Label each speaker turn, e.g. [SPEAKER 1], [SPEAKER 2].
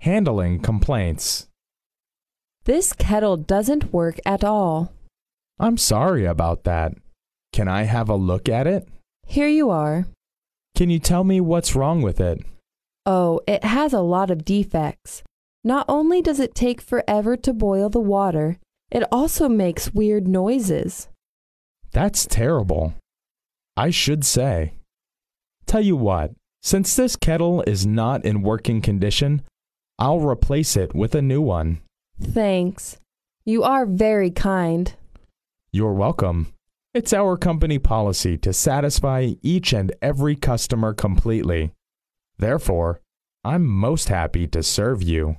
[SPEAKER 1] handling complaints.
[SPEAKER 2] This kettle doesn't work at all.
[SPEAKER 1] I'm sorry about that. Can I have a look at it?
[SPEAKER 2] Here you are.
[SPEAKER 1] Can you tell me what's wrong with it?
[SPEAKER 2] Oh, it has a lot of defects. Not only does it take forever to boil the water, it also makes weird noises.
[SPEAKER 1] That's terrible. I should say. Tell you what, since this kettle is not in working condition, I'll replace it with a new one.
[SPEAKER 2] Thanks. You are very kind.
[SPEAKER 1] You're welcome. It's our company policy to satisfy each and every customer completely. Therefore, I'm most happy to serve you.